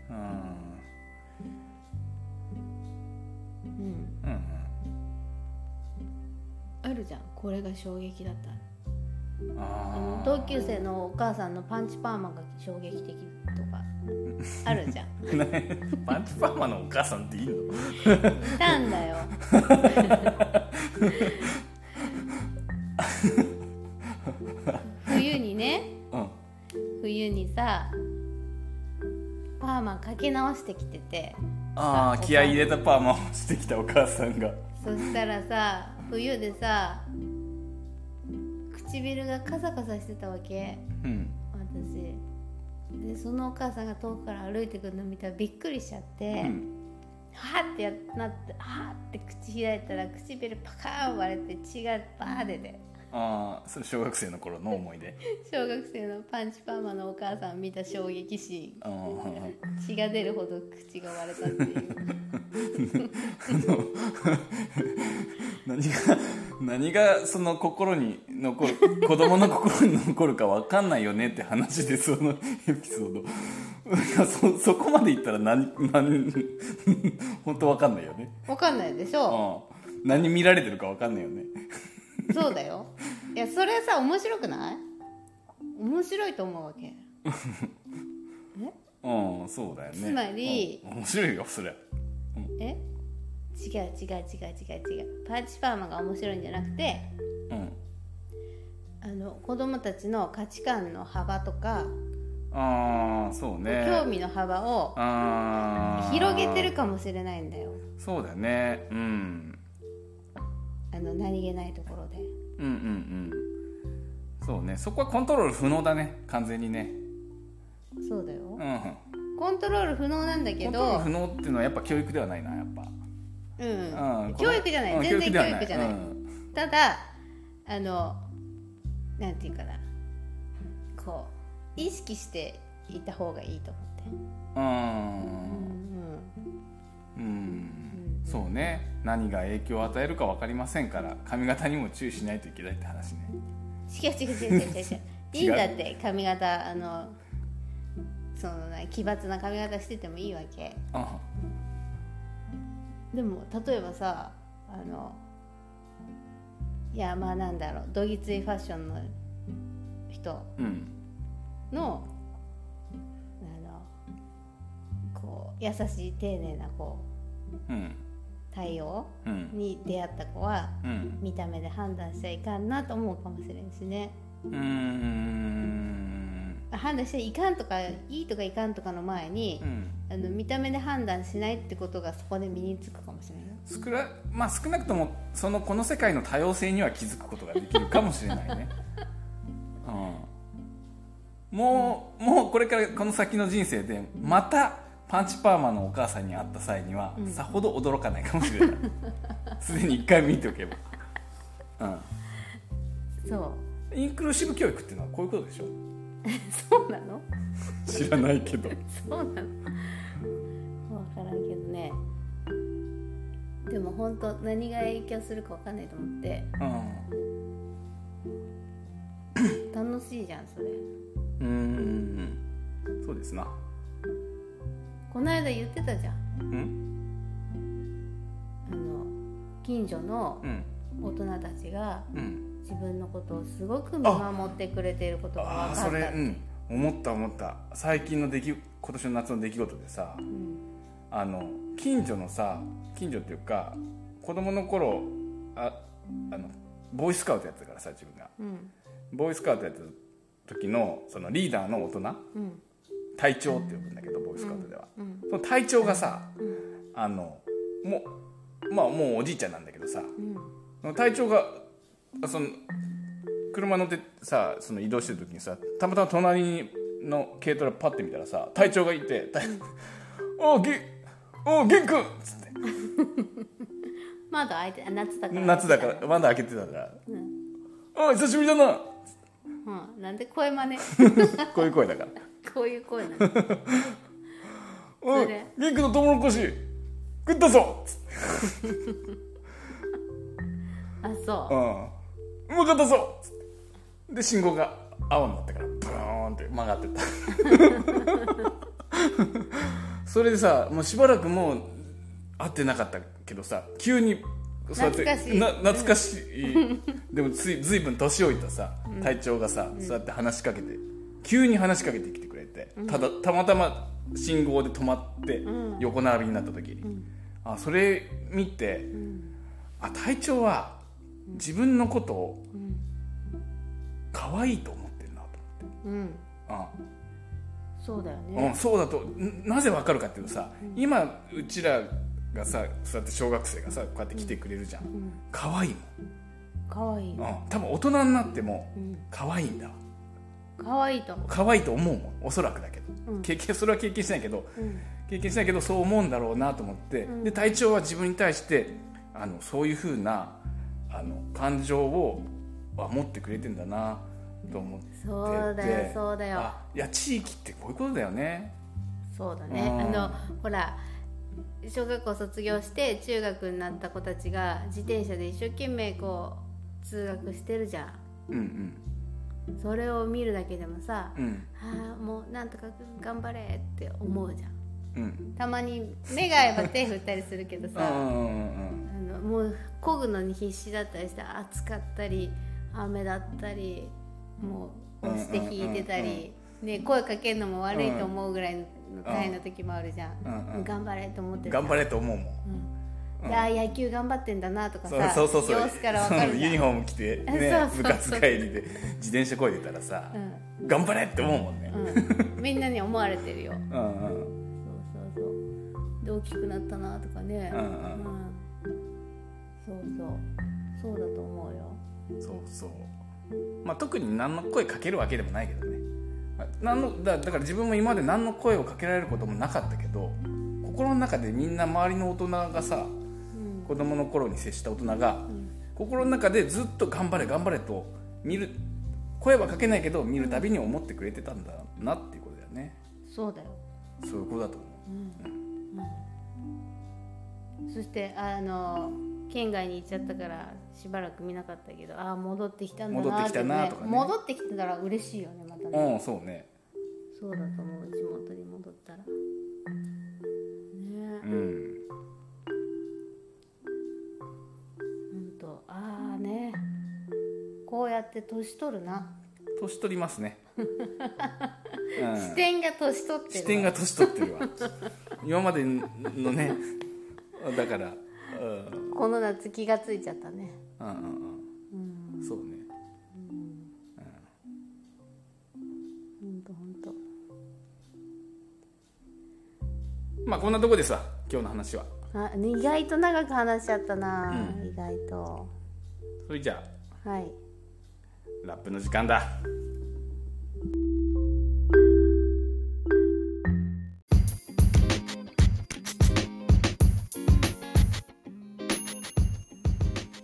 Speaker 3: うん
Speaker 2: うん
Speaker 3: うん
Speaker 2: うん
Speaker 3: あるじゃんこれが衝撃だった
Speaker 2: うん
Speaker 3: あの
Speaker 2: あ
Speaker 3: 同級生のお母さんのパンチパーマが衝撃的とかあるじゃんい
Speaker 2: ーパンチパーマのお母さんっていいの
Speaker 3: たんだよ冬にね
Speaker 2: うん
Speaker 3: 冬にさパーマかけ直してきてて
Speaker 2: ああ
Speaker 3: さ
Speaker 2: 気合い入れたパーマをしてきたお母さんが
Speaker 3: そしたらさ冬でさ唇がカサカサしてたわけ
Speaker 2: うん
Speaker 3: 私でそのお母さんが遠くから歩いてくるの見たらびっくりしちゃって、
Speaker 2: うん
Speaker 3: はーってやっなってはーって口開いたら唇パカーン割れて血がバー出て
Speaker 2: ああそれ小学生の頃の思い 出
Speaker 3: 小学生のパンチパーマのお母さんを見た衝撃シ
Speaker 2: あー
Speaker 3: ーン血が出るほど口が割れたっていう
Speaker 2: 何が何がその心に残る 子供の心に残るか分かんないよねって話でその エピソードいやそそこまでいったら何何 本当分かんないよね、
Speaker 3: 分かんないでしょ
Speaker 2: うん、何見られてるか分かんないよね
Speaker 3: そうだよいやそれさ面白くない面白いと思うわけ
Speaker 2: うんそうだよね
Speaker 3: つまり
Speaker 2: うん面白いよそれ
Speaker 3: え違う違う違う違う違うパンチパーマが面白いんじゃなくて
Speaker 2: うん
Speaker 3: あの子供たちの価値観の幅とか、
Speaker 2: ああそうね
Speaker 3: 興味の幅を
Speaker 2: あー
Speaker 3: 広げてるかもしれないんだよ
Speaker 2: そうだねうん
Speaker 3: あの何気ないところで
Speaker 2: うんうんうんそうねそこはコントロール不能だね完全にね
Speaker 3: そうだよ
Speaker 2: うん
Speaker 3: コントロール不能なんだけ
Speaker 2: コントロール
Speaker 3: ど
Speaker 2: 不能っていうのはやっぱ教育ではないなやっぱ、
Speaker 3: うん、
Speaker 2: うん、
Speaker 3: 教育じゃない
Speaker 2: うん
Speaker 3: 全然
Speaker 2: で
Speaker 3: 教
Speaker 2: は
Speaker 3: 育じゃない、
Speaker 2: うん
Speaker 3: ただあのなんていうかなこう意識していた方がいいと思って
Speaker 2: う、
Speaker 3: うんん
Speaker 2: うんそうね何が影響を与えるか分かりませんから髪型にも注意しないといけないって話ね
Speaker 3: 違う違う違 う違う違ういいんだって髪型あのそのな奇抜な髪型しててもいいわけ
Speaker 2: あ
Speaker 3: でも例えばさあのいやまあなんだろうどぎついファッションの人
Speaker 2: うん
Speaker 3: のあのこう優しい丁寧なこ
Speaker 2: うん
Speaker 3: う対応
Speaker 2: うん
Speaker 3: に出会った子は
Speaker 2: うん
Speaker 3: 見た目で判断しちゃいかんなと思うかもしれんしね
Speaker 2: うーん
Speaker 3: 判断しちゃいかんとかいいとかいかんとかの前に
Speaker 2: う、ん
Speaker 3: あの見た目で判断しないってことがそこで身につくかもしれない
Speaker 2: 少なまあ少なくともそのこの世界の多様性には気づくことができるかもしれない ね、うん、もうもうこれからこの先の人生でまたパンチパーマのお母さんに会った際には、さほど驚かないかもしれ ないすでに一回見ておけば、
Speaker 3: そう
Speaker 2: うん、インクルーシブ教育っていうのはこういうことでしょ
Speaker 3: う そうなの
Speaker 2: 知らないけど
Speaker 3: そうなの分からんけどねでも本当何が影響するか分かんないと思って
Speaker 2: う
Speaker 3: 楽しいじゃんそれ
Speaker 2: んうんそうですな
Speaker 3: この間言ってたじゃん
Speaker 2: うん
Speaker 3: あの近所の
Speaker 2: うん
Speaker 3: 大人たちが
Speaker 2: うん
Speaker 3: 自分のことをすごく見守ってくれていることが
Speaker 2: ああ
Speaker 3: 分か
Speaker 2: そ
Speaker 3: った
Speaker 2: れ
Speaker 3: って
Speaker 2: うん思った思った最近の出来今年の夏の出来事でさ
Speaker 3: うん
Speaker 2: あの近所のさ近所っていうか子供の頃ああのボーイスカウトやってたからさ自分が
Speaker 3: うん
Speaker 2: ボーイスカウトやってた時のそのリーダーの大人
Speaker 3: うん
Speaker 2: 隊長って呼ぶんだけどボーイスカウトでは、
Speaker 3: うん
Speaker 2: その隊長がさ
Speaker 3: うん
Speaker 2: あのもうまあもうおじいちゃんなんだけどさ
Speaker 3: うん
Speaker 2: その隊長があその車乗ってさその移動してる時にさたまたま隣の軽トラパッて見たらさ隊長がいて「隊 おうげおう元君!」っつって
Speaker 3: 窓開いてあ夏だから
Speaker 2: 夏だからまだ開けてたから
Speaker 3: うん、
Speaker 2: 「おう久しぶりだな!
Speaker 3: うん、なんで声真似」
Speaker 2: こういう声だから
Speaker 3: こういう声なの
Speaker 2: 「お
Speaker 3: そうれ
Speaker 2: 元君のトウモロコシ食ったぞ!」っつって
Speaker 3: あそう
Speaker 2: 「うんうまかったぞ!」っつってで信号が青になったからブーンって曲がってった それでさもうしばらくもう会ってなかったけどさ急にそうやって
Speaker 3: 懐かしい
Speaker 2: な懐かしいでもついずいぶん年老いたさ隊長がさ、そうやって話しかけて急に話しかけてきてくれて、ただたまたま信号で止まって
Speaker 3: うん
Speaker 2: 横並びになった時に、あそれ見て、あ隊長は自分のことを
Speaker 3: うん、
Speaker 2: 可愛いと思ってるなと
Speaker 3: うん、
Speaker 2: 思って。うん
Speaker 3: そうだよね、
Speaker 2: うん、そうだとんなぜわかるかっていうとさ、今うちらがさそうやって小学生がさこうやって来てくれるじゃん、
Speaker 3: ん
Speaker 2: 可愛い
Speaker 3: かわいい
Speaker 2: もん、うん、多分大人になっても
Speaker 3: うん
Speaker 2: 可愛いんだわ
Speaker 3: かわいいと思
Speaker 2: 可愛いと思うもんおそらくだけど、
Speaker 3: うん
Speaker 2: 経験それは経験してないけど
Speaker 3: う、うん、
Speaker 2: 経験してないけどそう思うんだろうなと思って、
Speaker 3: うん
Speaker 2: で隊長は自分に対してあのそういうふうなあの感情をは持ってくれてんだなと思ってて
Speaker 3: そうだよそうだよ
Speaker 2: あいや地域ってこういうことだよね
Speaker 3: そうだね、
Speaker 2: うん
Speaker 3: あのほら小学校卒業して中学になった子たちが自転車で一生懸命こう通学してるじゃん
Speaker 2: うんうん
Speaker 3: それを見るだけでもさ、
Speaker 2: うん
Speaker 3: ああもうなんとか頑張れって思うじゃん
Speaker 2: うん
Speaker 3: たまに目が合えば手振ったりするけど
Speaker 2: うんう
Speaker 3: さ、
Speaker 2: んうん
Speaker 3: あのもう漕ぐのに必死だったりして暑かったり雨だったりもう押して引いてたり、
Speaker 2: うんうんうん
Speaker 3: ね、声かけるのも悪いと思うぐらいの体の時もあるじゃん、
Speaker 2: うんうん
Speaker 3: 頑張れと思って
Speaker 2: うん
Speaker 3: るじゃん
Speaker 2: 頑張れと思うもん
Speaker 3: うん、いやー野球頑張ってんだなとかさ
Speaker 2: そうそうそうそう
Speaker 3: 様子からわかる
Speaker 2: そう
Speaker 3: じゃ
Speaker 2: ユ
Speaker 3: ん
Speaker 2: ニフォーム着 て、ね、
Speaker 3: そうそうそう
Speaker 2: 部活帰りで自転車こいでたらさ、頑張れって思うもんね、
Speaker 3: うんうん、みんなに思われて るよ
Speaker 2: うんうん、
Speaker 3: そうそうそうで大きくなったなとかね
Speaker 2: うんうん
Speaker 3: うんそうそうそうだと思うよ
Speaker 2: そうそうまあ特に何の声かけるわけでもないけどねまあ何のだだから自分も今まで何の声をかけられることもなかったけど心の中でみんな周りの大人がさ
Speaker 3: うん
Speaker 2: 子供の頃に接した大人が
Speaker 3: うん
Speaker 2: 心の中でずっと頑張れ頑張れと見る声はかけないけど見るたびに思ってくれてたんだなっていうことだよね
Speaker 3: そうだよ
Speaker 2: そういうことだと思う
Speaker 3: そしてあの県外に行っちゃったからしばらく見なかったけどああ戻ってきたんだな
Speaker 2: 戻ってきたなとかね
Speaker 3: 戻ってきたら嬉しいよねまたね、
Speaker 2: うんそうね
Speaker 3: そうだと思う地元に戻ったらねえ
Speaker 2: うん
Speaker 3: うんとああねこうやって年取るな、
Speaker 2: 年取りますね、うん
Speaker 3: 視点が年取ってるわ
Speaker 2: 視点が年取ってるわ今までのねだからうん
Speaker 3: この夏気がついちゃったね
Speaker 2: うんうんうんそうね
Speaker 3: ほんとほんと
Speaker 2: まあこんなとこですわ今日の話は
Speaker 3: あ意外と長く話しちゃったな、意外と
Speaker 2: それじゃ
Speaker 3: はい
Speaker 2: あラップの時間だ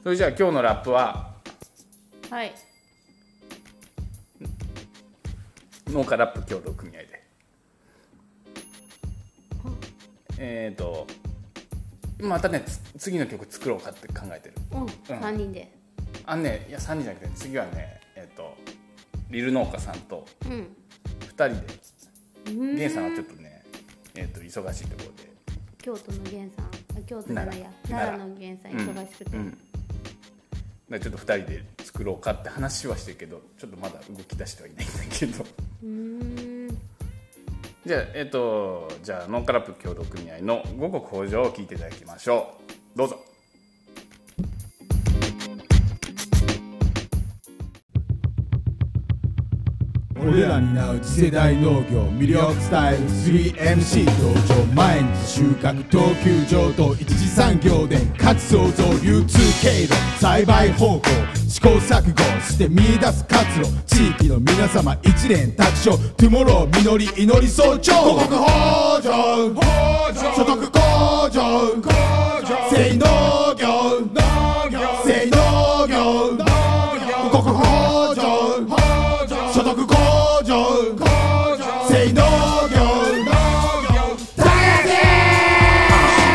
Speaker 2: それじゃあ今日のラップは
Speaker 3: はい
Speaker 2: 農家ラップ協同組合でえっ、ー、とまたねつ次の曲作ろうかって考えてる
Speaker 3: うん、3人で
Speaker 2: あのねいや3人じゃなくて次はねえっ、とリル農家さんと
Speaker 3: うん
Speaker 2: 2人で
Speaker 3: うん
Speaker 2: ゲンさんはちょっとねえっ、と忙しいところで
Speaker 3: 京都の源さんあ京都じゃないや
Speaker 2: 奈良
Speaker 3: 奈良の源さん忙しくて、
Speaker 2: うんだからちょっと2人で作ろうかって話はしてるけどちょっとまだ動き出してはいないんだけど
Speaker 3: うーん
Speaker 2: じゃあえっ、とじゃあノンカラップ協同組合の「午後向上」を聞いていただきましょうどうぞ
Speaker 4: 俺らになう次世代農業魅力スタイル 3MC 登場毎日収穫等級上等一次産業で価値創造流通経路栽培方向試行錯誤して見出す活路地域の皆様一年卓勝トゥモロー実り祈り早朝五穀豊穣所得向上生農業生農業五穀豊穣所得向上性能業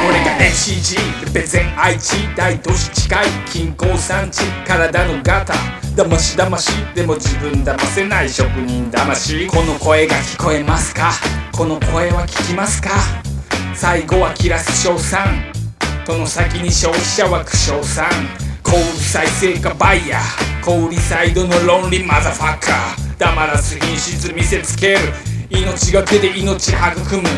Speaker 5: 俺が NCG でベゼン愛知大都市近い近郊産地体のガタ騙し騙しでも自分騙せない職人騙しこの声が聞こえますかこの声は聞きますか最後は切らす賞賛その先に消費者は苦笑さん小売再生化バイヤー小売サイドのロンリーマザファッカー黙らす品質見せつける命がけで命育む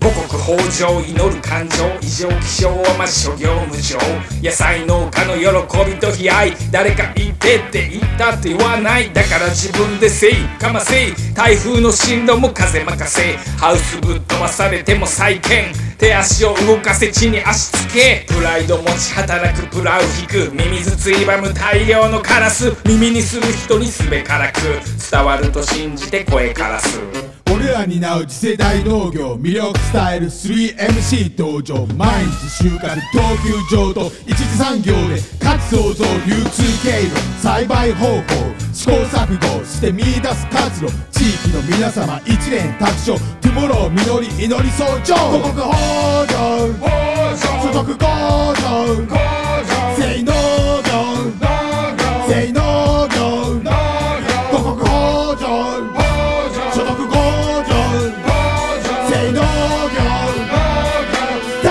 Speaker 5: 五穀豊穣祈る感情異常気象はまず諸行無常野菜農家の喜びと悲哀誰か言ってって言ったって言わないだから自分でせいかませい台風の進路も風任せハウスぶっ飛ばされても再建手足を動かせ地に足つけプライド持ち働くプラウ引く耳ずついばむ大量のカラス耳にする人にすべからく伝わると信じて声からす
Speaker 4: 俺ら担う次世代農業魅力スタイル 3MC 登場毎日収穫等級上等一次産業で価値創造流通経路栽培方法試行錯誤して見出す活路地域の皆様一年卓勝トゥモロー実り祈り早朝五穀豊穣所得向上性能業性能業五穀豊穣所得向上性能業高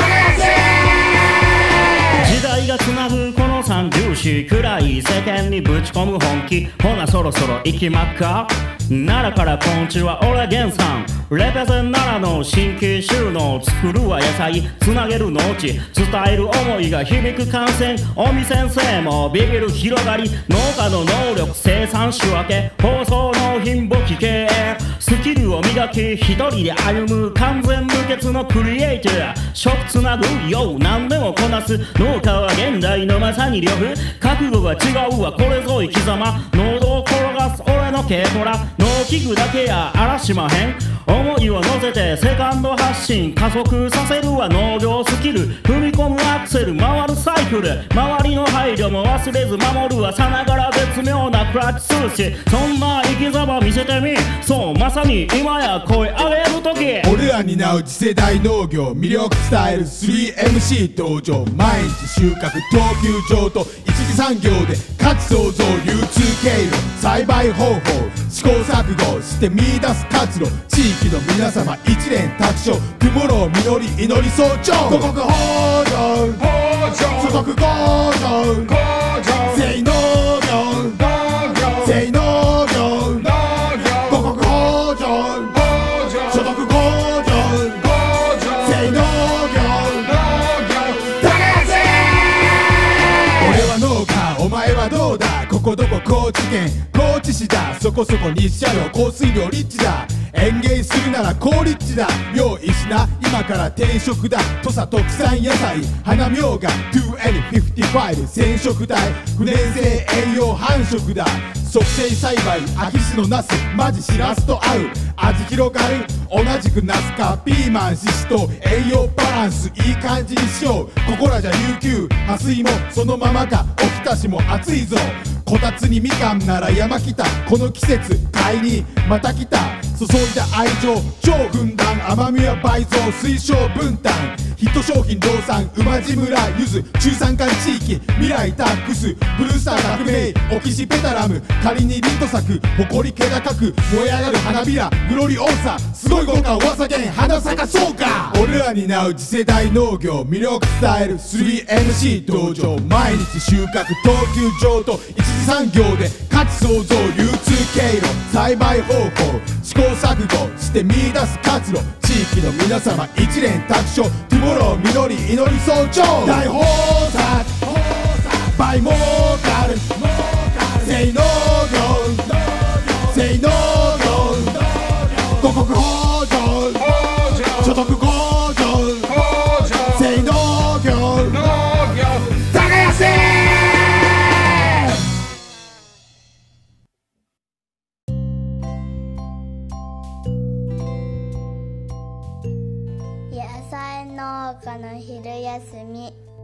Speaker 6: 時代がつなぐこの三重視暗い世間にぶち込む本気ほなそろそろ行きまっか奈良からこんにちは俺源さんレペゼン奈良の新規収納作るは野菜つなげる農地伝える思いが響く感染尾身先生もビビる広がり農家の能力生産仕分け包装納品簿記系スキルを磨き一人で歩む完全無欠のクリエイター食つなぐよう何でもこなす農家は現代のまさに呂布覚悟が違うわこれぞ生き様能動を転がす俺の軽トラ農機具だけやあらしまへん思いを乗せてセカンド発進加速させるは農業スキル踏み込むアクセル回るサイクル周りの配慮も忘れず守るはさながら絶妙なクラッチ数値そんな生き様見せてみそうまさに今や声上げる時
Speaker 4: 俺ら担う次世代農業魅力スタイル 3MC 登場毎日収穫等級上と一次産業で価値創造流通経路栽培方法試行錯誤して見出す活路地域の皆様一年卓勝トゥモロー実り祈り早朝五穀豊穣所得向上性能業性能業五穀豊穣所得向上性能業俺は農家お前はどうだここどこ高知県高知市だそこそこ日射量降水量リッチだ園芸するなら高リッチだ用意しな今から定食だ土佐特産野菜花みょうが2055染色体不燃性栄養繁殖だ促成栽培秋市のナスマジしらすと合う味広がる同じくナスかピーマンししと栄養バランスいい感じにしようここらじゃ琉球ハスイもそのままか沖田市も暑いぞこたつにみかんなら山来たこの季節買いにまた来た注いだ愛情超軍団甘みは倍増推奨分担ヒット商品量産馬路村ゆず中山間地域未来タックスブルースター革命オキシペタラム仮にリット作誇り気高く燃え上がる花びらグロリオーサすごい豪華噂源花咲かそうか俺らになう次世代農業魅力スタイル 3MC 道場毎日収穫等級上と一次産業で価値創造流通経路栽培方法試行錯誤して見出す活路地域の皆様一連卓勝トゥモロー実り祈り早朝大豊作倍儲かる性農業性農業五穀豊穣所得向上性農業耕せ
Speaker 1: 野菜農家の昼休み